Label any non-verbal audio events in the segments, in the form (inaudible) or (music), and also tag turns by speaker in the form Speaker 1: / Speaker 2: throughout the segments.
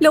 Speaker 1: Lo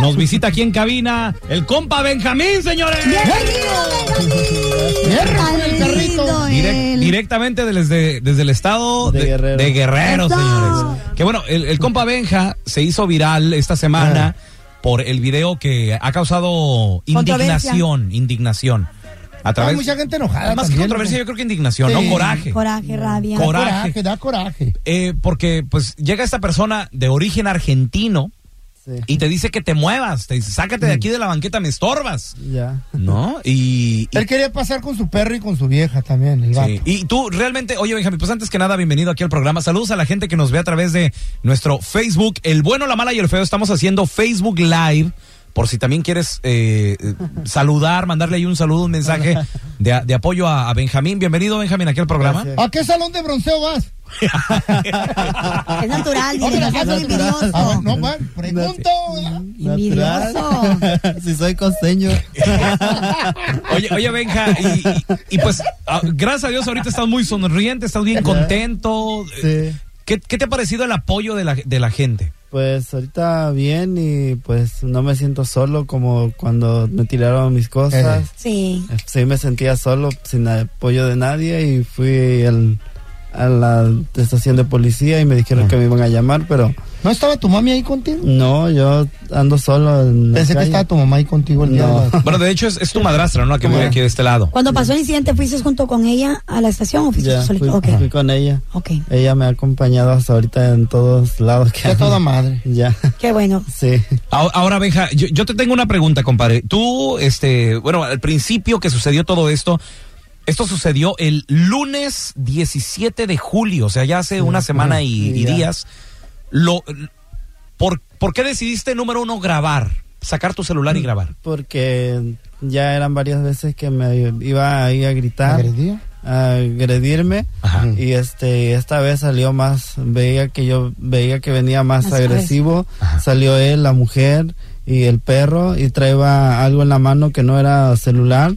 Speaker 2: Nos visita aquí en cabina el compa Benjamín, señores.
Speaker 3: el perrito!
Speaker 2: Direc- directamente desde, desde el estado de,
Speaker 3: De
Speaker 2: de Guerrero,
Speaker 3: Guerrero.
Speaker 2: señores. Que bueno, el, el compa Benja se hizo viral esta semana
Speaker 3: Ah.
Speaker 2: por el video que ha causado
Speaker 4: Controversia.
Speaker 2: indignación, indignación. A través,
Speaker 3: Hay mucha gente enojada.
Speaker 2: más que
Speaker 3: también,
Speaker 2: controversia,
Speaker 3: ¿no?
Speaker 2: yo creo que indignación,
Speaker 3: Sí.
Speaker 2: no coraje.
Speaker 4: Coraje, rabia.
Speaker 2: Cor-
Speaker 3: coraje.
Speaker 2: coraje.
Speaker 3: da coraje.
Speaker 2: Eh, porque pues llega esta persona de origen argentino
Speaker 3: Sí.
Speaker 2: y te dice que te muevas, te dice, sácate de aquí de la banqueta, me estorbas.
Speaker 3: Ya.
Speaker 2: ¿No? Y, y-
Speaker 3: Él quería pasar con su perro y con su vieja también, el
Speaker 2: sí.
Speaker 3: vato.
Speaker 2: Y tú realmente, oye Benjamín, pues antes que nada, bienvenido aquí al programa. Saludos a la gente que nos ve a través de nuestro Facebook, El Bueno, la Mala y el Feo. Estamos haciendo Facebook Live. Por si también quieres eh, eh, saludar, mandarle ahí un saludo, un mensaje de, de apoyo a, a Benjamín. Bienvenido, Benjamín, aquí al programa.
Speaker 3: Gracias. ¿A qué salón de bronceo vas?
Speaker 4: Es natural,
Speaker 3: No,
Speaker 4: dile,
Speaker 3: pero
Speaker 4: no seas
Speaker 3: natural.
Speaker 4: envidioso.
Speaker 3: A ver, no, va, pregunto.
Speaker 4: Envidioso.
Speaker 3: (laughs) si soy costeño.
Speaker 2: Oye, oye, Benja, y, y- y pues, ah, gracias a Dios, ahorita estás muy sonriente, estás bien contento. Eh,
Speaker 5: Sí.
Speaker 2: ¿Qué, qué te ha parecido el apoyo de la, de la gente?
Speaker 5: Pues ahorita bien y pues no me siento solo como cuando me tiraron mis
Speaker 3: Eh.
Speaker 5: cosas. Este,
Speaker 4: Sí.
Speaker 5: Sí me sentía solo, sin apoyo de nadie y fui al- a la estación de policía y me
Speaker 3: Ah.
Speaker 5: dijeron que me iban a llamar, pero
Speaker 3: ¿No estaba tu mami ahí contigo?
Speaker 5: no, yo ando solo. En la
Speaker 3: Pensé que
Speaker 5: calle.
Speaker 3: estaba tu mamá ahí contigo el día
Speaker 5: No.
Speaker 3: de la-
Speaker 2: Bueno, de hecho, es, es tu madrastra, ¿no? La que vive aquí de este lado.
Speaker 4: Cuando pasó el incidente, ¿fuiste junto con ella a la estación o fuiste
Speaker 5: (laughs) Ya, fui,
Speaker 4: solito? Ok.
Speaker 3: Ah,
Speaker 5: fui con ella.
Speaker 4: Ok.
Speaker 5: Ella me ha acompañado hasta ahorita en todos lados. Que
Speaker 3: De toda madre.
Speaker 5: (laughs) Ya,
Speaker 4: Qué bueno.
Speaker 5: sí.
Speaker 2: Ahora, ahora, Benja, yo, yo te tengo una pregunta, compadre. Tú, este, bueno, al principio que sucedió todo esto, esto sucedió el lunes 17 de julio, o sea, ya hace una semana y,
Speaker 5: sí,
Speaker 2: y
Speaker 5: ya.
Speaker 2: días. Lo, ¿por, ¿Por qué decidiste, número uno, grabar? Sacar tu
Speaker 5: Mm.
Speaker 2: celular y grabar.
Speaker 5: Porque ya eran varias veces que me iba ahí a gritar.
Speaker 3: ¿Agredía?
Speaker 5: a agredirme
Speaker 2: Ajá.
Speaker 3: Mm.
Speaker 5: y este esta vez salió más veía que yo veía que venía más
Speaker 4: Más
Speaker 5: agresivo
Speaker 2: Ajá.
Speaker 5: salió él la mujer y el perro y traía algo en la mano que no era celular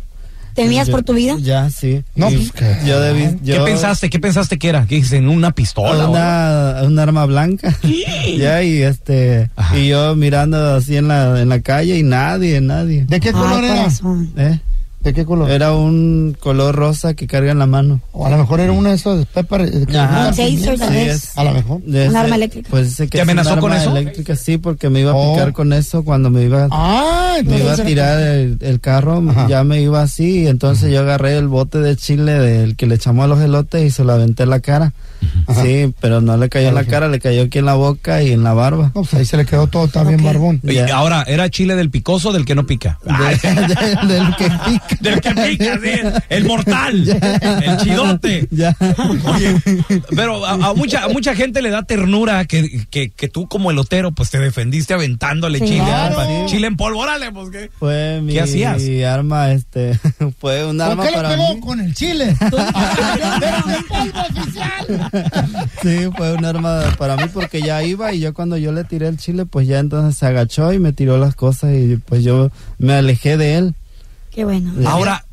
Speaker 4: ¿Temías
Speaker 5: Yo-
Speaker 4: por tu vida?
Speaker 5: ya sí
Speaker 3: No,
Speaker 5: Y
Speaker 3: pues, ¿qué?
Speaker 5: yo debí
Speaker 2: ¿Qué
Speaker 5: yo-
Speaker 2: pensaste? ¿Qué pensaste que era? ¿Que en una pistola? o algo?
Speaker 5: una, un arma blanca (laughs) ya y este
Speaker 2: Ajá.
Speaker 5: y yo mirando así en la en la calle y nadie nadie
Speaker 3: ¿De qué
Speaker 4: Ay,
Speaker 3: color era?
Speaker 4: corazón.
Speaker 5: ¿Eh?
Speaker 3: ¿De qué color?
Speaker 5: Era un color rosa que carga en la mano.
Speaker 3: O a lo mejor era una de esas Pepper. eh, que
Speaker 5: Ajá. Un
Speaker 3: tenía
Speaker 4: taser,
Speaker 3: pimienta.
Speaker 4: tal vez.
Speaker 3: Sí, A lo mejor.
Speaker 5: De
Speaker 4: Un
Speaker 5: ese-
Speaker 4: arma eléctrica.
Speaker 5: Pues dice que
Speaker 2: ¿Te
Speaker 5: es un
Speaker 2: amenazó
Speaker 5: arma
Speaker 2: con eso?
Speaker 5: eléctrica, sí, porque me iba a
Speaker 3: Oh.
Speaker 5: picar con eso cuando me iba,
Speaker 3: Ah,
Speaker 5: me
Speaker 3: entonces
Speaker 5: iba a
Speaker 3: era-
Speaker 5: tirar el, el carro,
Speaker 3: Ajá.
Speaker 5: ya me iba así, y entonces yo agarré el bote de chile del que le echamos a los elotes y se lo aventé en la cara.
Speaker 3: Ajá.
Speaker 5: Sí, pero no le cayó en la cara, le cayó aquí en la boca y en la barba.
Speaker 3: No, pues ahí se le quedó todo también
Speaker 4: Ok.
Speaker 3: barbón.
Speaker 2: Oye, ahora, ¿era chile del picoso o del que no pica?
Speaker 5: (laughs)
Speaker 2: (laughs)
Speaker 5: De- de- del que pica.
Speaker 2: Del que pica, sí, el mortal, el chidote.
Speaker 5: Ya.
Speaker 2: Oye, pero a, a mucha, a mucha gente le da ternura que, que, que tú como elotero pues te defendiste aventándole
Speaker 4: Sí,
Speaker 2: chile.
Speaker 5: claro.
Speaker 2: pa- Chile en polvo, órale, pues qué.
Speaker 5: Fue mi
Speaker 2: ¿Qué hacías?
Speaker 5: arma, este, (laughs) fue un
Speaker 3: ¿Por
Speaker 5: arma
Speaker 3: qué le
Speaker 5: para
Speaker 3: pegó
Speaker 5: mí. (laughs)
Speaker 3: con el chile?
Speaker 5: Sí, fue un arma para mí porque ya iba y yo cuando yo le tiré el chile, pues ya entonces se agachó y me tiró las cosas y pues yo me alejé de él.
Speaker 4: Qué bueno.
Speaker 2: Ahora,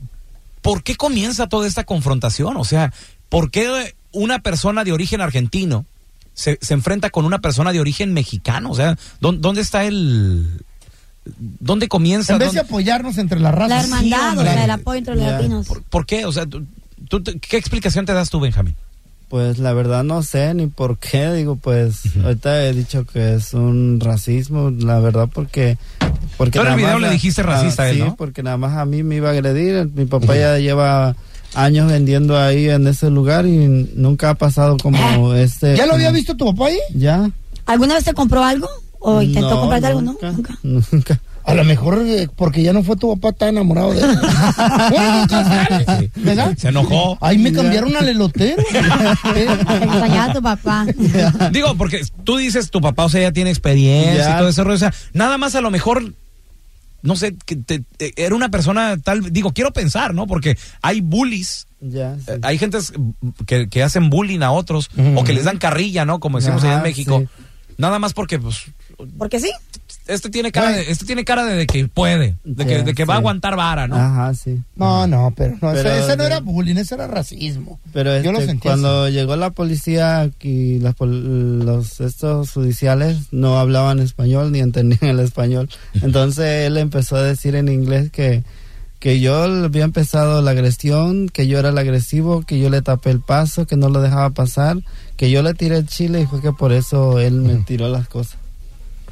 Speaker 2: ¿por qué comienza toda esta confrontación? O sea, ¿por qué una persona de origen argentino se, se enfrenta con una persona de origen mexicano? O sea, ¿dó- ¿dónde, está el... ¿Dónde comienza?
Speaker 3: En vez de
Speaker 2: ¿Dónde-
Speaker 3: apoyarnos entre las razas.
Speaker 4: La
Speaker 3: sí,
Speaker 4: hermandad, o
Speaker 3: hombre.
Speaker 4: sea, el apoyo entre los
Speaker 5: Ya.
Speaker 4: latinos.
Speaker 2: por, por qué? O sea, tú- tú te- ¿qué explicación te das tú, Benjamín?
Speaker 5: Pues la verdad no sé ni por qué, digo, pues ahorita he dicho que es un racismo, la verdad porque... porque
Speaker 2: Tú en el
Speaker 5: nada
Speaker 2: video
Speaker 5: más
Speaker 2: le
Speaker 5: la-
Speaker 2: dijiste racista a él,
Speaker 5: sí,
Speaker 2: ¿no?
Speaker 5: porque nada más a mí me iba a agredir, mi papá ya lleva años vendiendo ahí en ese lugar y nunca ha pasado como
Speaker 4: Ah.
Speaker 5: este...
Speaker 3: ¿Ya lo había
Speaker 5: como-
Speaker 3: visto tu papá ahí?
Speaker 5: Ya.
Speaker 4: ¿Alguna vez te compró algo? ¿O intentó
Speaker 5: No,
Speaker 4: comprarte algo? No,
Speaker 5: nunca,
Speaker 4: nunca.
Speaker 5: (laughs) Nunca.
Speaker 3: A lo mejor eh, porque ya no fue tu papá tan enamorado de él. Bueno, tú sabes, ¿Verdad?
Speaker 2: Se enojó.
Speaker 5: (laughs)
Speaker 3: Ahí me cambiaron al elotero.
Speaker 4: Te acompañaba tu papá.
Speaker 2: (laughs)
Speaker 3: (laughs)
Speaker 2: Digo, porque tú dices tu papá, o sea, ya tiene experiencia
Speaker 5: Ya.
Speaker 2: y todo ese rollo. O sea, nada más a lo mejor, no sé, que te- eh, era una persona tal. Digo, quiero pensar, ¿no? Porque hay bullies.
Speaker 5: (laughs) Ya. sí.
Speaker 2: eh, Hay gentes mm, que, que hacen bullying a otros o que les dan carrilla, ¿no? Como decimos allá en
Speaker 5: Ajá,
Speaker 2: México.
Speaker 5: sí.
Speaker 2: Nada más porque, pues,
Speaker 4: Porque sí,
Speaker 2: este tiene cara, de, este tiene cara de, de que puede, de que,
Speaker 5: Ya,
Speaker 2: de que va a
Speaker 5: sí. Ah.
Speaker 2: aguantar vara, ¿no?
Speaker 5: Ajá, sí.
Speaker 3: No, no, pero no,
Speaker 5: Pero-
Speaker 3: ese, ese no era bullying, ese era racismo.
Speaker 5: Pero
Speaker 3: Yo lo
Speaker 5: este,
Speaker 3: sentí
Speaker 5: cuando llegó la policía y las pol- los estos judiciales no hablaban español ni entendían el
Speaker 3: (laughs)
Speaker 5: español. Entonces él empezó a decir en inglés que, que yo le había empezado la agresión, que yo era el agresivo, que yo le tapé el paso, que no lo dejaba pasar, que yo le tiré el chile y fue que por eso él me tiró las cosas.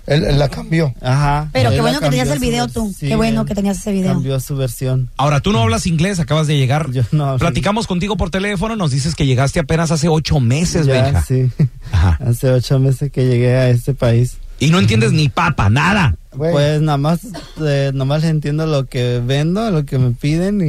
Speaker 3: Él, él la cambió.
Speaker 5: Ajá.
Speaker 4: Pero
Speaker 5: Él
Speaker 4: qué
Speaker 5: la
Speaker 4: bueno que
Speaker 5: cambió
Speaker 4: tenías el
Speaker 5: su
Speaker 4: video
Speaker 5: vers-
Speaker 4: tú.
Speaker 5: sí,
Speaker 4: Qué bueno
Speaker 5: él
Speaker 4: que tenías ese video.
Speaker 5: Cambió su versión.
Speaker 2: Ahora, tú no hablas inglés, acabas de llegar.
Speaker 5: Ah. Yo no hablo
Speaker 2: Platicamos contigo por teléfono, nos dices que llegaste apenas hace ocho meses,
Speaker 5: Ya,
Speaker 2: Benja.
Speaker 5: sí.
Speaker 2: Ajá.
Speaker 5: (laughs) Hace ocho meses que llegué a este país.
Speaker 2: Y no entiendes ni papa, nada.
Speaker 3: Güey.
Speaker 5: Pues nada más, eh, nada más entiendo lo que vendo, lo que me piden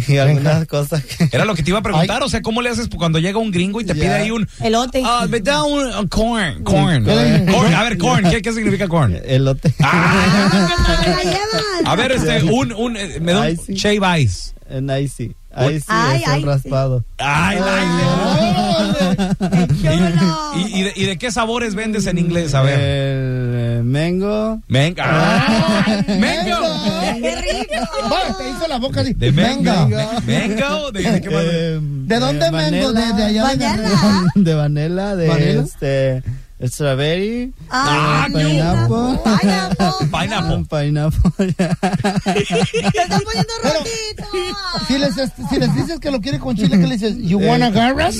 Speaker 5: y, y algunas cosas
Speaker 2: (laughs)
Speaker 5: que...
Speaker 2: Era lo que te iba a preguntar, o sea, ¿cómo le haces cuando llega un gringo y te
Speaker 5: Ya.
Speaker 2: pide ahí un...
Speaker 4: Elote.
Speaker 2: Ah, me da un un corn, corn.
Speaker 5: corn.
Speaker 2: Corn, A ver, corn, ¿qué, qué
Speaker 5: (laughs)
Speaker 2: significa corn?
Speaker 5: Elote.
Speaker 2: (laughs) Ah.
Speaker 4: ¡Te la llevas!
Speaker 2: a
Speaker 5: (laughs)
Speaker 2: ver, este, un, un, eh, me da un
Speaker 5: Ay, sí.
Speaker 2: shave ice.
Speaker 5: En ahí sí, ahí sí
Speaker 4: Ay,
Speaker 5: es el
Speaker 4: ay, sí.
Speaker 5: raspado.
Speaker 2: Ay,
Speaker 4: ¡Qué chulo!
Speaker 2: like. ¿Y, y de, y de qué sabores vendes en inglés? A ver.
Speaker 5: El eh, mengo.
Speaker 2: Venga. Mango.
Speaker 4: ¡Qué rico!
Speaker 3: Va, te hizo la boca así.
Speaker 2: De
Speaker 3: venga.
Speaker 2: mango. Mango. ¿De, de qué más?
Speaker 5: eh,
Speaker 3: ¿De dónde
Speaker 5: eh,
Speaker 3: vengo?
Speaker 5: vanela,
Speaker 3: De, de allá. de-
Speaker 4: ¡Mañana!
Speaker 5: (laughs) De vanela, de
Speaker 3: ¿Vanela?
Speaker 5: este... Strawberry.
Speaker 2: Ah,
Speaker 4: ¡Ah,
Speaker 5: pineapple.
Speaker 2: Pineapple.
Speaker 5: Pineapple.
Speaker 4: ¡Te están poniendo
Speaker 3: Pero-
Speaker 4: rojito!
Speaker 3: Si les, si les dices que lo quiere con chile, ¿qué le dices? ¿You wanna garras?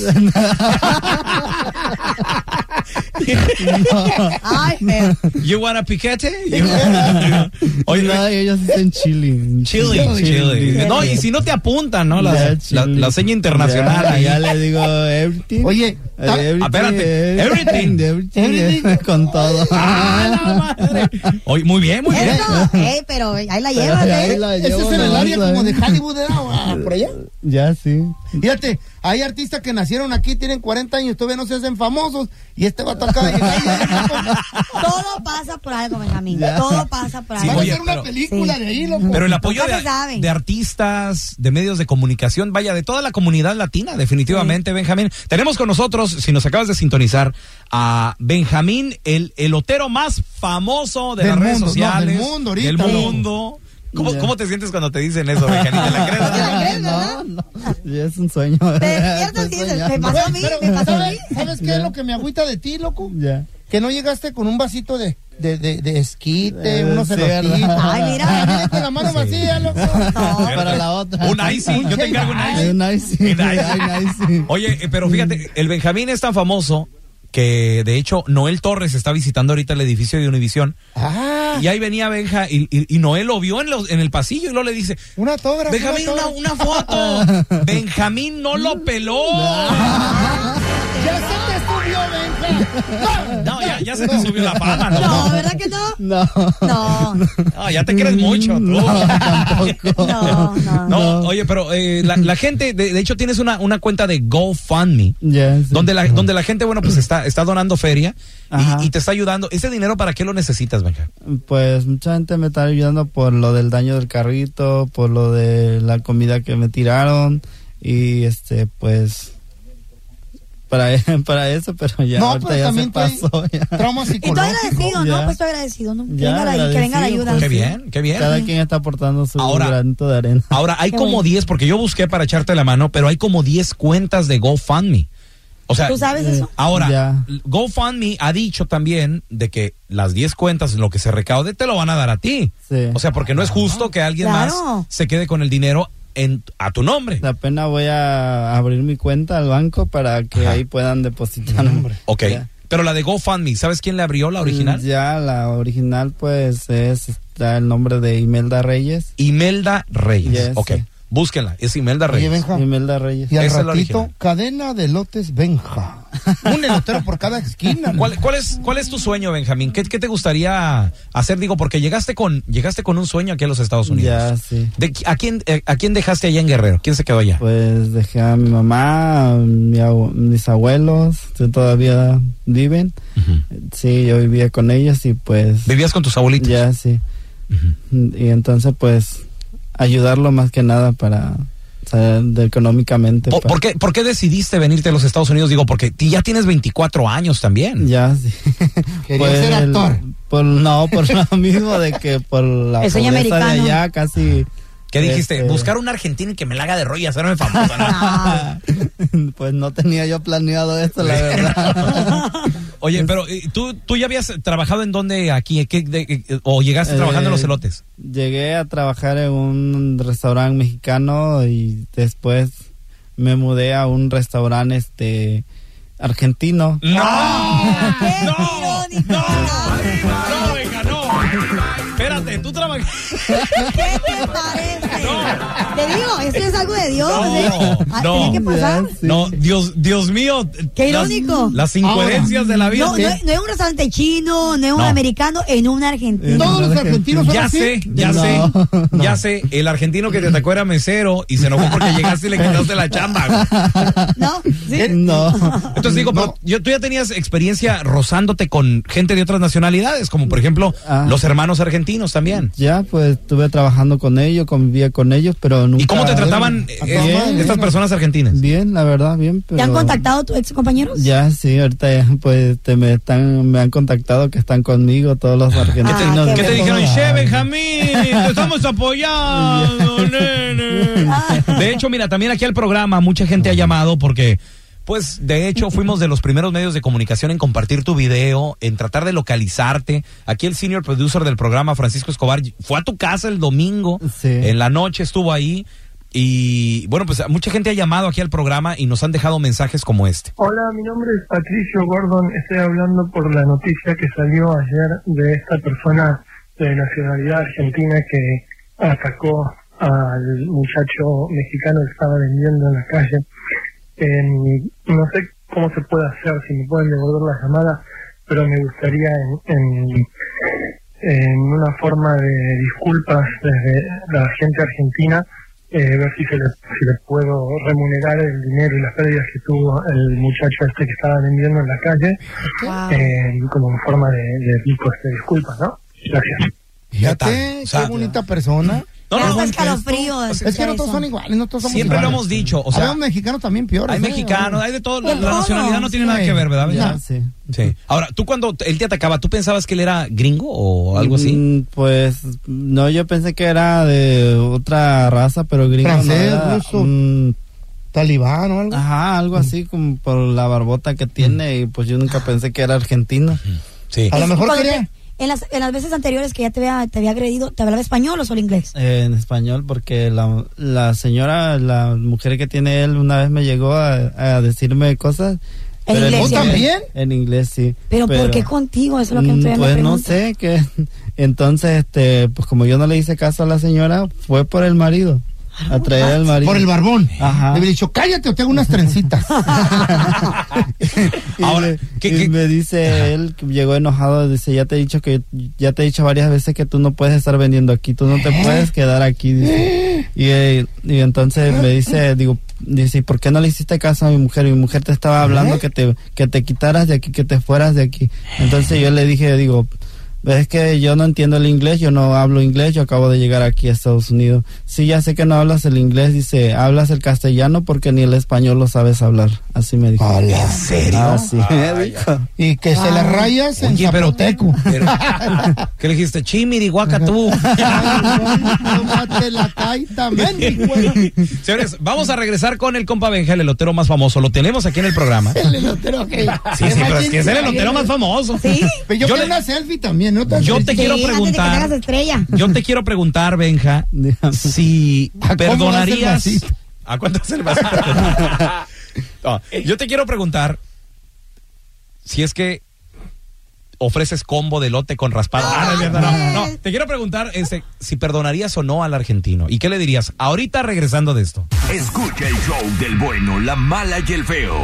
Speaker 4: ¡Ay, eh, Fer!
Speaker 2: You want a piquete?
Speaker 5: (laughs)
Speaker 2: You want- Oye,
Speaker 5: no, ellos dicen chili.
Speaker 2: Chile, Chile. No, y si no te apuntan, ¿no? La,
Speaker 5: Ya,
Speaker 2: la-
Speaker 5: chili.
Speaker 2: la seña internacional
Speaker 5: Ya,
Speaker 2: ahí.
Speaker 5: ya le digo everything.
Speaker 3: Oye,
Speaker 5: Eh,
Speaker 3: ta-
Speaker 5: everything,
Speaker 2: espérate, everything.
Speaker 5: everything, everything, eh, (laughs) con todo.
Speaker 2: (laughs)
Speaker 5: (laughs)
Speaker 2: ¡Ah, la madre! Oye, muy bien, muy bien.
Speaker 4: ¡Eso! ¡Ey, pero ahí la llevas,
Speaker 5: Pero ahí
Speaker 4: eh!
Speaker 5: la
Speaker 3: Ese
Speaker 5: llevo,
Speaker 3: es en el
Speaker 5: la
Speaker 3: área
Speaker 5: lanza,
Speaker 3: como de
Speaker 5: eh.
Speaker 3: Hollywood, ¿eh? Ah, por allá.
Speaker 5: Ya sí.
Speaker 3: Fíjate, hay artistas que nacieron aquí, tienen 40 años, todavía no se hacen famosos, y este va a tocar.
Speaker 5: (laughs)
Speaker 4: Todo pasa por algo, Benjamín.
Speaker 5: Ya.
Speaker 4: Todo pasa por
Speaker 2: Sí,
Speaker 4: algo.
Speaker 3: Van a
Speaker 2: oye,
Speaker 3: hacer una
Speaker 2: pero-
Speaker 3: película
Speaker 4: Sí.
Speaker 3: de ahí, loco.
Speaker 2: Pero el apoyo
Speaker 4: Nunca se
Speaker 2: de,
Speaker 4: sabe.
Speaker 2: de artistas, de medios de comunicación, vaya, de toda la comunidad latina, definitivamente, Benjamín. Tenemos con nosotros, si nos acabas de sintonizar, a Benjamín, el elotero más famoso de
Speaker 3: Del
Speaker 2: las redes
Speaker 3: mundo, no,
Speaker 2: sociales.
Speaker 3: del mundo ahorita.
Speaker 2: del
Speaker 3: Sí.
Speaker 2: mundo. ¿Cómo,
Speaker 5: Ya.
Speaker 2: cómo te sientes cuando te dicen eso, Benjamín? ¿Te la crees?
Speaker 4: ¿Te la crees,
Speaker 5: No,
Speaker 4: verdad?
Speaker 5: no, (laughs) ya es un sueño.
Speaker 4: Te despiertas y
Speaker 5: Estoy
Speaker 4: dices, me
Speaker 5: soñando.
Speaker 4: pasó a mí,
Speaker 3: Pero,
Speaker 4: me pasó a mí.
Speaker 3: ¿sabes, ¿Sabes qué es lo que me agüita de ti, loco?
Speaker 5: (laughs) Ya.
Speaker 3: Que no llegaste con un vasito de de, de, de esquite,
Speaker 5: Eh,
Speaker 3: unos
Speaker 5: sí, (laughs)
Speaker 3: cerotitos.
Speaker 5: ¿verdad?
Speaker 4: Ay, mira.
Speaker 3: Con la mano vacía, loco.
Speaker 4: No.
Speaker 5: Para la otra.
Speaker 2: Un icy, yo (laughs) te encargo un
Speaker 5: Ay,
Speaker 2: icy.
Speaker 5: un icy.
Speaker 2: Un icy.
Speaker 5: Ay, un icy.
Speaker 2: Oye, eh, pero fíjate, el Benjamín es tan famoso que de hecho Noel Torres está visitando ahorita el edificio de Univisión.
Speaker 3: Ah,
Speaker 2: Y ahí venía Benja y, y- y Noel lo vio en, los- en el pasillo y luego le dice,
Speaker 3: un autógrafo.
Speaker 2: Benjamín,
Speaker 3: un
Speaker 2: una,
Speaker 3: autógrafo.
Speaker 2: una
Speaker 5: (laughs)
Speaker 2: foto. Benjamín no lo peló.
Speaker 3: Ya
Speaker 5: Pues
Speaker 3: se te subió, Benja.
Speaker 2: No, ya, ya se te subió la fama, ¿no?
Speaker 4: No, ¿verdad que no?
Speaker 5: No. (laughs)
Speaker 4: No.
Speaker 2: No, ya te crees mucho, tú.
Speaker 5: Tampoco.
Speaker 4: No, no.
Speaker 2: No, oye, pero eh, la, la gente, de, de hecho, tienes una, una cuenta de GoFundMe.
Speaker 5: Ya, sí.
Speaker 2: Donde la, donde la gente, bueno, pues está, está donando feria
Speaker 5: Ajá.
Speaker 2: y, y te está ayudando. ¿Ese dinero para qué lo necesitas, Benja?
Speaker 5: Pues mucha gente me está ayudando por lo del daño del carrito, por lo de la comida que me tiraron y este pues para, e, (laughs) para eso, pero ya
Speaker 3: No,
Speaker 5: ahorita
Speaker 3: pero
Speaker 5: ya
Speaker 3: también
Speaker 5: se pasó.
Speaker 3: estoy
Speaker 5: ya. (laughs)
Speaker 3: trauma
Speaker 4: Y estoy
Speaker 3: psicológico.
Speaker 4: agradecido, ¿no?
Speaker 5: Ya.
Speaker 4: Pues estoy agradecido, ¿no?
Speaker 5: Ya,
Speaker 4: Venga la- que venga la
Speaker 5: agradecido,
Speaker 4: ayuda.
Speaker 5: pues.
Speaker 2: Qué bien, qué bien.
Speaker 5: Cada quien está aportando su
Speaker 2: Ahora-
Speaker 5: granito de arena.
Speaker 2: Ahora, hay
Speaker 4: Qué
Speaker 2: como
Speaker 4: bueno.
Speaker 2: 10, porque yo busqué para echarte la mano, pero hay como 10 cuentas de GoFundMe. O sea,
Speaker 4: ¿Tú sabes
Speaker 5: Eh,
Speaker 4: eso?
Speaker 2: Ahora,
Speaker 5: Ya.
Speaker 2: GoFundMe ha dicho también de que las 10 cuentas, lo que se recaude, te lo van a dar a ti.
Speaker 5: Sí.
Speaker 2: O sea, porque no es justo que alguien
Speaker 4: Claro.
Speaker 2: más se quede con el dinero en, a tu nombre.
Speaker 5: La pena voy a abrir mi cuenta al banco para que
Speaker 2: Ajá.
Speaker 5: ahí puedan depositar.
Speaker 2: ok.
Speaker 5: Ya. Mm,
Speaker 2: Pero la de GoFundMe, ¿sabes quién la abrió, la original?
Speaker 5: Ya, la original pues es está el nombre de Imelda Reyes.
Speaker 2: Imelda Reyes.
Speaker 5: Yes.
Speaker 2: ok. Búsquenla, es Imelda
Speaker 3: Oye,
Speaker 2: Reyes.
Speaker 3: Benja.
Speaker 5: Imelda Reyes.
Speaker 3: Y al
Speaker 2: Esa es la
Speaker 3: ratito,
Speaker 2: original.
Speaker 3: cadena de lotes
Speaker 5: (laughs)
Speaker 3: Benja. Un elotero por cada esquina. ¿no?
Speaker 2: ¿Cuál, cuál es, ¿Cuál es tu sueño, Benjamín? ¿Qué, qué te gustaría hacer? Digo, porque llegaste con, llegaste con un sueño aquí a los Estados
Speaker 5: Ya,
Speaker 2: Unidos.
Speaker 5: sí.
Speaker 2: ¿De qui- a, quién, eh, ¿A quién dejaste allá en Guerrero? ¿Quién se quedó allá?
Speaker 5: Pues dejé a mi mamá, a mi abue- mis abuelos, que todavía viven.
Speaker 2: Ujú.
Speaker 5: Sí, yo vivía con ellos y pues...
Speaker 2: ¿Vivías con tus abuelitos?
Speaker 5: Ya, sí.
Speaker 2: Ujú.
Speaker 5: Y entonces pues ayudarlo más que nada para salir de- económicamente. pues.
Speaker 2: ¿Por,
Speaker 5: pa-
Speaker 2: por qué, por qué decidiste venirte a los Estados Unidos? Digo, porque ti ya tienes 24 años también.
Speaker 5: Ya,
Speaker 4: (laughs)
Speaker 5: sí.
Speaker 3: Quería ser
Speaker 5: el-
Speaker 3: actor.
Speaker 5: por- no, por
Speaker 4: (laughs)
Speaker 5: lo mismo de que por la
Speaker 4: El sueño
Speaker 5: pobreza de
Speaker 4: americano.
Speaker 5: allá casi...
Speaker 2: ¿Qué dijiste?
Speaker 5: este,
Speaker 2: Buscar un argentino y que me la haga de rollo y hacerme
Speaker 5: (laughs)
Speaker 2: famosa. ¿no?
Speaker 4: Ah,
Speaker 5: Pues no tenía yo planeado esto, la verdad.
Speaker 2: Oye, pero eh, ¿tú, ¿tú ya habías trabajado en dónde aquí? ¿Qué- de- eh, ¿O llegaste (laughs) trabajando en los
Speaker 5: Eh,
Speaker 2: elotes?
Speaker 5: Llegué a trabajar en un restaurante mexicano y después me mudé a un restaurante este argentino.
Speaker 2: ¡No!
Speaker 4: qué
Speaker 2: ¡No!
Speaker 4: irónico.
Speaker 2: ¡No! ¡No, venga, no! Espérate, tú trabajas...
Speaker 4: ¿Qué te parece?
Speaker 2: No.
Speaker 4: Te digo, esto es algo de Dios.
Speaker 2: No,
Speaker 4: ¿eh? Ah,
Speaker 2: no.
Speaker 4: Tiene que pasar.
Speaker 5: Ya, sí.
Speaker 2: No, Dios, Dios mío.
Speaker 4: Qué
Speaker 2: las-
Speaker 4: irónico.
Speaker 2: Las, incoherencias de la vida.
Speaker 4: No, no, es- no es un restaurante chino, no es un
Speaker 2: No.
Speaker 4: americano, en un argentino.
Speaker 3: Todos los argentinos son
Speaker 2: Ya
Speaker 3: así.
Speaker 2: sé, ya
Speaker 5: No,
Speaker 2: sé,
Speaker 5: no.
Speaker 2: ya sé. El argentino que te atacó era mesero y se enojó porque llegaste y le quitaste la chamba. güey.
Speaker 4: ¿No? Sí.
Speaker 5: Eh, No.
Speaker 4: (laughs)
Speaker 2: Entonces digo, pero yo, tú ya tenías experiencia rozándote con gente de otras nacionalidades, como por ejemplo
Speaker 5: Ah.
Speaker 2: los hermanos argentinos también.
Speaker 5: Ya, pues estuve trabajando con ellos, convivía con ellos, pero nunca.
Speaker 2: ¿Y cómo te trataban eh,
Speaker 3: Bien,
Speaker 2: eh, estas
Speaker 3: bien.
Speaker 2: personas argentinas?
Speaker 5: Bien, la verdad, bien. Pero...
Speaker 4: ¿Te han contactado tus ex compañeros?
Speaker 5: Ya, sí, ahorita ya, pues te me, están, me han contactado que están conmigo todos los
Speaker 2: ¿Qué te,
Speaker 5: argentinos.
Speaker 4: Ah,
Speaker 2: qué
Speaker 4: qué
Speaker 2: te
Speaker 4: bueno.
Speaker 2: dijeron? Che, Benjamín, te estamos apoyando, nene. De hecho, mira, también aquí al programa mucha gente ha llamado porque, pues, de hecho, fuimos de los primeros medios de comunicación en compartir tu video, en tratar de localizarte. Aquí el senior producer del programa, Francisco Escobar, fue a tu casa el domingo,
Speaker 5: Sí.
Speaker 2: en la noche estuvo ahí. Y bueno, pues mucha gente ha llamado aquí al programa y nos han dejado mensajes como este.
Speaker 3: Oh,
Speaker 6: Hola, mi nombre es Patricio Gordon. Estoy hablando por la noticia que salió ayer de esta persona de nacionalidad argentina que atacó al muchacho mexicano que estaba vendiendo en la calle. En- no sé cómo se puede hacer, si me pueden devolver la llamada, pero me gustaría en, en- en una forma de disculpas desde la gente argentina, eh, ver si, se le, si le puedo remunerar el dinero y las pérdidas que tuvo el muchacho este que estaba vendiendo en la calle,
Speaker 4: Ah.
Speaker 6: eh, como en forma de, de, pues, de disculpas, ¿no? Gracias.
Speaker 3: Fíjate, qué bonita persona.
Speaker 2: No,
Speaker 4: Me
Speaker 2: no,
Speaker 4: hace
Speaker 2: no,
Speaker 4: escalofrío. de
Speaker 3: Es que
Speaker 4: escuchar
Speaker 3: no todos
Speaker 4: eso.
Speaker 3: son iguales, no todos somos
Speaker 2: siempre lo
Speaker 3: iguales.
Speaker 2: hemos dicho. O sea,
Speaker 3: Habemos mexicanos también peores.
Speaker 2: Hay
Speaker 3: ¿eh?
Speaker 2: mexicanos, hay de todo. La, la
Speaker 4: Todo.
Speaker 2: nacionalidad no tiene nada
Speaker 3: Sí.
Speaker 2: que ver, ¿verdad?
Speaker 5: Ya,
Speaker 2: Benja?
Speaker 5: sí.
Speaker 2: Sí. Ahora, tú cuando t- él te atacaba, ¿tú pensabas que él era gringo o algo así?
Speaker 5: Mm, Pues no, yo pensé que era de otra raza, pero gringo. no
Speaker 3: Francés,
Speaker 5: era,
Speaker 3: ruso.
Speaker 5: mm,
Speaker 3: Talibán o algo.
Speaker 5: ajá, algo
Speaker 4: Mm.
Speaker 5: así como por la barbota que tiene y pues yo nunca pensé que era argentino.
Speaker 2: Sí.
Speaker 3: A lo
Speaker 4: Es
Speaker 3: mejor
Speaker 4: cuando
Speaker 3: quería.
Speaker 4: te- en las, en las veces anteriores que ya te había, te había agredido, ¿te hablaba español o solo inglés?
Speaker 5: Eh, en español porque la, la señora, la mujer que tiene él una vez me llegó a, a decirme cosas.
Speaker 4: En
Speaker 5: pero
Speaker 4: inglés, ¿Vos
Speaker 3: también?
Speaker 5: En inglés, sí.
Speaker 4: Pero, ¿por qué contigo? Eso es lo que
Speaker 5: Mm,
Speaker 4: todavía me
Speaker 5: Pues no
Speaker 4: pregunto.
Speaker 5: sé, que (laughs) entonces, este, pues como yo no le hice caso a la señora, fue por el marido. A traer
Speaker 4: ah,
Speaker 5: al marido.
Speaker 3: Por el barbón.
Speaker 5: Ajá.
Speaker 3: Le hubiera dicho, cállate o te hago unas trencitas.
Speaker 5: Y
Speaker 2: Ahora,
Speaker 5: me-
Speaker 2: ¿qué-
Speaker 5: y
Speaker 2: qué-
Speaker 5: me dice él, que llegó enojado, dice, ya te he dicho que, ya te he dicho varias veces que tú no puedes estar vendiendo aquí, tú no te
Speaker 2: ¿Eh?
Speaker 5: puedes quedar aquí, dice. Y, eh, y entonces me dice, digo, dice, "¿Y por qué no le hiciste caso a mi mujer? Mi mujer te estaba hablando que te, que te quitaras de aquí, que te fueras de aquí. Entonces yo le dije, digo, es que yo no entiendo el inglés, yo no hablo inglés, yo acabo de llegar aquí a Estados Unidos. Sí, ya sé que no hablas el inglés, dice, hablas el castellano porque ni el español lo sabes hablar. Así me dijo.
Speaker 3: Hola, ¿en serio?
Speaker 5: Ah, sí.
Speaker 3: Y que se le rayas en
Speaker 2: Oye, pero-
Speaker 3: zapoteco.
Speaker 2: Pero, ¿Qué le dijiste? Chimiriguaca tú.
Speaker 4: (laughs)
Speaker 3: No mate la
Speaker 2: (laughs)
Speaker 3: taita, mendigo.
Speaker 2: Señores, vamos a regresar con el compa Benja, el elotero más famoso. Lo tenemos aquí en el programa.
Speaker 3: El elotero que.
Speaker 2: Sí, sí, pero es que es el elotero más famoso.
Speaker 4: Sí.
Speaker 3: Pero yo,
Speaker 2: Yo
Speaker 3: quiero
Speaker 2: le-
Speaker 3: una selfie también, ¿no? Tan
Speaker 2: Yo (laughs) te
Speaker 3: triste.
Speaker 2: quiero
Speaker 4: Sí, Antes de que te
Speaker 2: preguntar.
Speaker 4: hagas estrella.
Speaker 2: Yo te quiero preguntar, Benja,
Speaker 5: Dígame.
Speaker 2: si
Speaker 3: ¿A cómo das el
Speaker 2: perdonarías.
Speaker 3: vasito?
Speaker 2: ¿A cuánto es el vasito? No, yo te quiero preguntar si es que ofreces combo de lote con raspado. Ah, no, es cierto, no, no. te quiero preguntar este, si perdonarías o no al argentino. ¿Y qué le dirías? Ahorita regresando de esto.
Speaker 7: Escucha el show del bueno, la mala y el feo.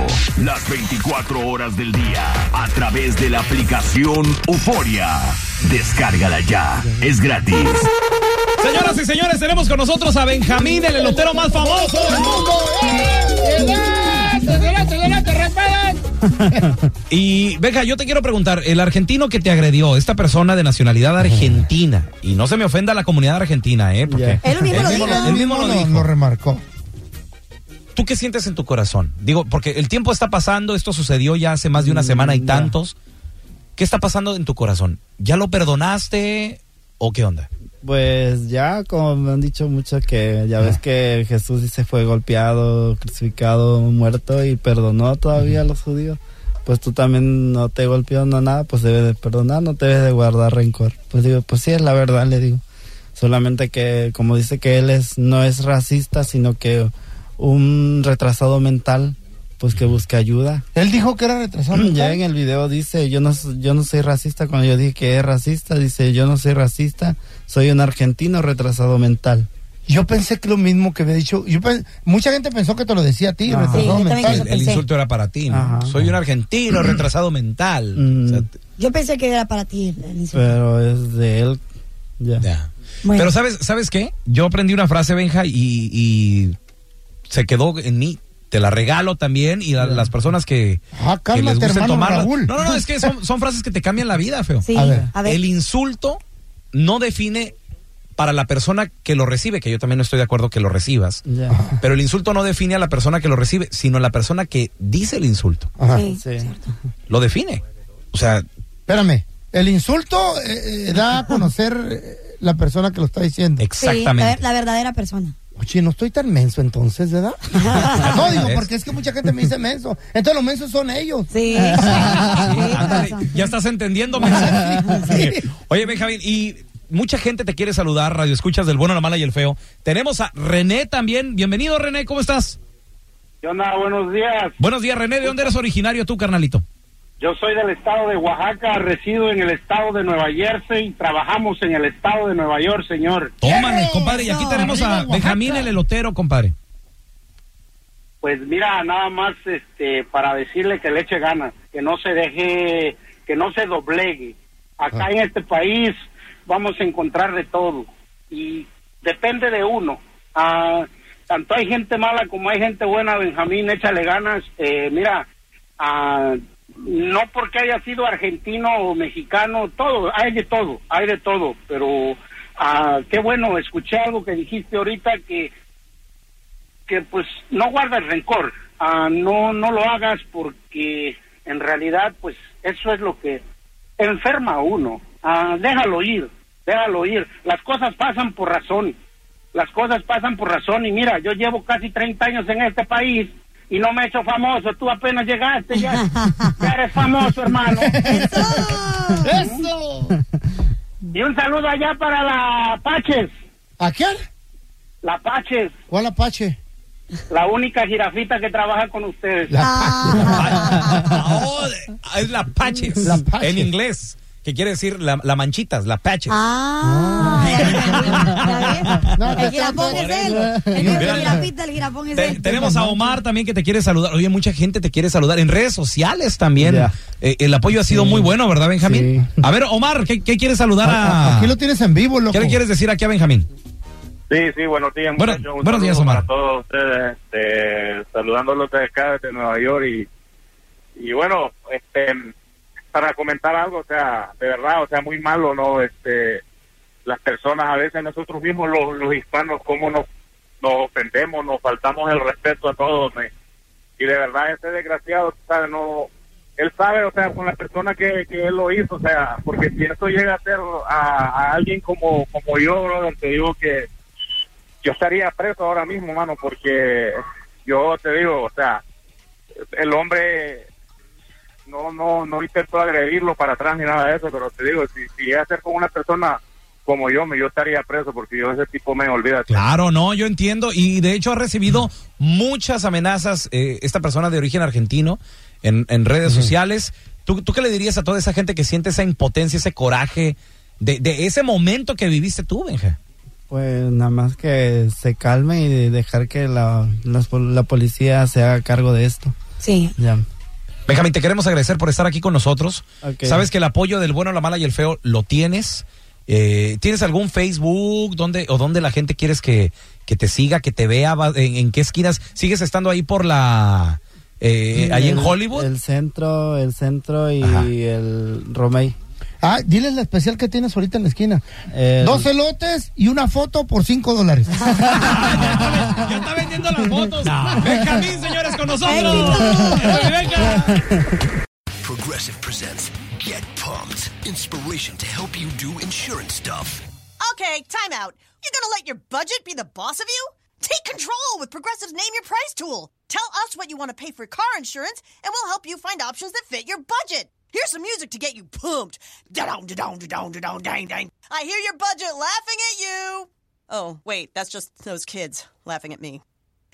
Speaker 7: Las 24 horas del día a través de la aplicación Euforia. Descárgala ya. Es gratis.
Speaker 2: Señoras y señores, tenemos con nosotros a Benjamín, el elotero más famoso del mundo. (laughs) Y Benja, yo te quiero preguntar, el argentino que te agredió, esta persona de nacionalidad argentina, y no se me ofenda la comunidad argentina, ¿eh? Porque
Speaker 4: Él mismo lo
Speaker 2: él mismo,
Speaker 4: dijo.
Speaker 2: él mismo lo
Speaker 3: lo,
Speaker 2: dijo.
Speaker 3: lo remarcó.
Speaker 2: ¿Tú qué sientes en tu corazón? Digo, porque el tiempo está pasando, esto sucedió Mm, ya hace más de una semana y tantos. ¿Qué está pasando en tu corazón? ¿Ya lo perdonaste o qué onda?
Speaker 5: Pues ya, como me han dicho mucho, que ya ves que Jesús dice fue golpeado, crucificado, muerto y perdonó todavía a los judíos. Pues tú también no te golpeó, no nada, pues debes de perdonar, no te debes de guardar rencor. Pues digo, pues sí, es la verdad, le digo. Solamente que, como dice que él es, no es racista, sino que un retrasado mental, pues que busca ayuda.
Speaker 3: Él dijo que era retrasado.
Speaker 5: (clears throat) Ya en el video dice, yo no, s- yo no soy racista, cuando yo dije que es racista, dice, yo no soy racista, soy un argentino retrasado mental.
Speaker 3: Yo pensé que lo mismo que había dicho. Yo pen- mucha gente pensó que te lo decía a ti,
Speaker 5: Ah.
Speaker 4: Sí, yo
Speaker 3: retrasado
Speaker 4: también
Speaker 3: mental.
Speaker 2: El,
Speaker 4: Eso
Speaker 2: el
Speaker 4: pensé. Mm.
Speaker 2: insulto era para ti, ¿no?
Speaker 5: Ajá.
Speaker 2: Soy un argentino retrasado mental.
Speaker 5: Mm.
Speaker 2: O sea, te-
Speaker 4: Yo pensé que era para ti el- el insulto.
Speaker 5: Pero es de él. Ya.
Speaker 2: ya.
Speaker 4: Bueno.
Speaker 2: Pero ¿sabes, ¿sabes qué? Yo aprendí una frase, Benja, y, y se quedó en mí. Te la regalo también y a las personas que,
Speaker 3: Ah,
Speaker 2: que les
Speaker 3: cálmate,
Speaker 2: gusten
Speaker 3: hermano
Speaker 2: tomarla.
Speaker 3: Raúl.
Speaker 2: No, no, no, es que son, son frases que te cambian la vida, feo.
Speaker 4: Sí,
Speaker 3: A ver.
Speaker 4: a ver.
Speaker 2: El insulto no define para la persona que lo recibe, que yo también no estoy de acuerdo que lo recibas,
Speaker 5: Ya.
Speaker 2: pero el insulto no define a la persona que lo recibe, sino la persona que dice el insulto.
Speaker 3: Ajá.
Speaker 4: Sí.
Speaker 5: Sí.
Speaker 2: Lo define. O sea,
Speaker 3: Espérame. El insulto eh, eh, da a conocer eh, la persona que lo está diciendo.
Speaker 4: Sí, la,
Speaker 2: exactamente.
Speaker 4: ver- la verdadera persona.
Speaker 3: Oye, no estoy tan menso entonces,
Speaker 5: (laughs)
Speaker 3: ¿verdad? No, digo, porque es que mucha gente me dice menso. Entonces los mensos son ellos.
Speaker 4: Sí.
Speaker 2: Sí,
Speaker 4: Sí,
Speaker 2: ándale,
Speaker 4: razón.
Speaker 2: ya estás entendiendo. men. Oye, Benjamín, y mucha gente te quiere saludar, Radio Escuchas del Bueno, la Mala y el Feo. Tenemos a René también. Bienvenido, René, ¿cómo estás?
Speaker 6: ¿Qué onda? Buenos días.
Speaker 2: Buenos días, René. ¿De dónde eres originario tú, carnalito?
Speaker 6: Yo soy del estado de Oaxaca, resido en el estado de Nueva Jersey, trabajamos en el estado de Nueva York, señor.
Speaker 2: Tómale, compadre. Y aquí
Speaker 3: Eso,
Speaker 2: tenemos
Speaker 3: arriba
Speaker 2: a
Speaker 3: Oaxaca.
Speaker 2: Benjamín el elotero, compadre.
Speaker 6: Pues mira, nada más este para decirle que le eche ganas, que no se deje, que no se doblegue. Acá en este país vamos a encontrar de todo y depende de uno. Ah, tanto hay gente mala como hay gente buena, Benjamín, échale ganas. Eh, mira, ah, no porque haya sido argentino o mexicano, todo, hay de todo, hay de todo, pero ah, qué bueno, escuché algo que dijiste ahorita (laughs) que que pues no guardes rencor, ah, no no lo hagas porque en realidad pues eso es lo que
Speaker 3: (laughs)
Speaker 6: enferma a uno. Ah, déjalo ir, déjalo ir. Las cosas pasan por razón. Las cosas pasan por razón y mira, yo llevo casi 30 años en este país y
Speaker 4: (laughs)
Speaker 3: (laughs)
Speaker 6: no me he hecho famoso. Tú apenas llegaste, ya, ya eres famoso, hermano.
Speaker 4: Eso.
Speaker 3: ¡Eso!
Speaker 8: Y un saludo allá para la Paches.
Speaker 3: ¿A quién?
Speaker 8: La Paches,
Speaker 3: ¿Cuál Apache?
Speaker 8: la única jirafita que trabaja con ustedes.
Speaker 2: Oh, es la patches,
Speaker 3: La Patches.
Speaker 2: en inglés, que quiere decir la, la manchitas, la patches.
Speaker 4: Ah,
Speaker 3: No, te
Speaker 4: el jirafón
Speaker 3: trato-
Speaker 4: es él.
Speaker 2: (laughs)
Speaker 4: El
Speaker 2: Mira,
Speaker 4: que- el jirafita, el jirafón es
Speaker 2: Te-
Speaker 4: él.
Speaker 2: tenemos a Omar también que te quiere saludar. Oye, mucha gente te quiere saludar en redes sociales también.
Speaker 5: Ya.
Speaker 2: Eh, el apoyo ha sido muy bueno, ¿verdad, Benjamín?
Speaker 5: Sí.
Speaker 2: A ver, Omar, ¿qué, qué quieres saludar
Speaker 3: A- a-
Speaker 2: a...
Speaker 3: Aquí lo tienes en vivo, loco.
Speaker 2: ¿Qué le quieres decir aquí a Benjamín?
Speaker 8: Sí, sí, buenos días,
Speaker 2: Bueno,
Speaker 8: muchachos. Un
Speaker 2: buenos días,
Speaker 8: saludo
Speaker 2: Omar.
Speaker 8: Para todos ustedes, este, saludándolos desde acá, desde Nueva York. Y, y bueno, este, para comentar algo, o sea, de verdad, o sea, muy malo, ¿no? Este, las personas, a veces nosotros mismos, los, los hispanos, cómo nos, nos ofendemos, nos faltamos el respeto a todos. ¿me? Y de verdad, ese desgraciado, ¿sabes? No, él sabe, o sea, con la persona que, que él lo hizo, o sea, porque si esto llega a ser a, a alguien como, como yo, brother, te digo que yo estaría preso ahora mismo, mano, porque yo te digo, o sea, el hombre no no no intentó agredirlo para atrás ni nada de eso, pero te digo, si, si llega a ser con una persona como yo, me yo estaría preso porque yo ese tipo me olvida.
Speaker 2: Claro, no, yo entiendo. Y de hecho ha recibido muchas amenazas eh, esta persona de origen argentino en, en redes sociales. ¿Tú, ¿Tú qué le dirías a toda esa gente que siente esa impotencia, ese coraje de, de ese momento que viviste tú, Benja?
Speaker 5: Pues nada más que se calme y de- dejar que la, las pol- la policía se haga cargo de esto.
Speaker 4: Sí.
Speaker 5: Ya.
Speaker 2: Benjamín, te queremos agradecer por estar aquí con nosotros.
Speaker 5: Ok.
Speaker 2: Sabes que el apoyo del bueno, la mala y el feo lo tienes. Eh, ¿Tienes algún Facebook donde, o donde la gente quieres que, que te siga, que te vea? Va- En, en qué esquinas? ¿Sigues estando ahí por la... eh, ahí en
Speaker 5: El-
Speaker 2: Hollywood?
Speaker 5: El centro, el centro y
Speaker 2: Ajá.
Speaker 5: el Romey.
Speaker 3: Ah, diles la especial que tienes ahorita en la esquina.
Speaker 5: El-
Speaker 3: Dos elotes y una foto por
Speaker 5: (laughs)
Speaker 3: cinco dólares.
Speaker 2: ya está vendiendo las fotos. Benjamín, señores, con nosotros.
Speaker 7: Progressive presents Get Pumped. Inspiration to help you do insurance stuff.
Speaker 9: Okay, time out. You're gonna let your budget be the boss of you? Take control with Progressive's Name Your Price tool. Tell us what you want to pay for car insurance, and we'll help you find options that fit your budget. Here's some music to get you pumped. Da-dong, da-dong, da-dong, da-dong, dang, dang. I hear your budget laughing at you. Oh, wait, that's just those kids laughing at me.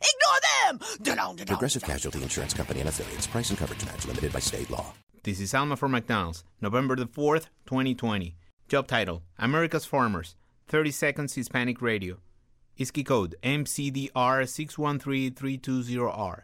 Speaker 9: Ignore them! Da-dong, da-dong,
Speaker 7: Progressive Casualty Insurance Company and affiliates. Price and coverage match limited by state law.
Speaker 10: This is Alma for McDonald's, November the 4th, 2020. Job title America's Farmers, 30 Seconds Hispanic Radio. ISKI code MCDR613320R.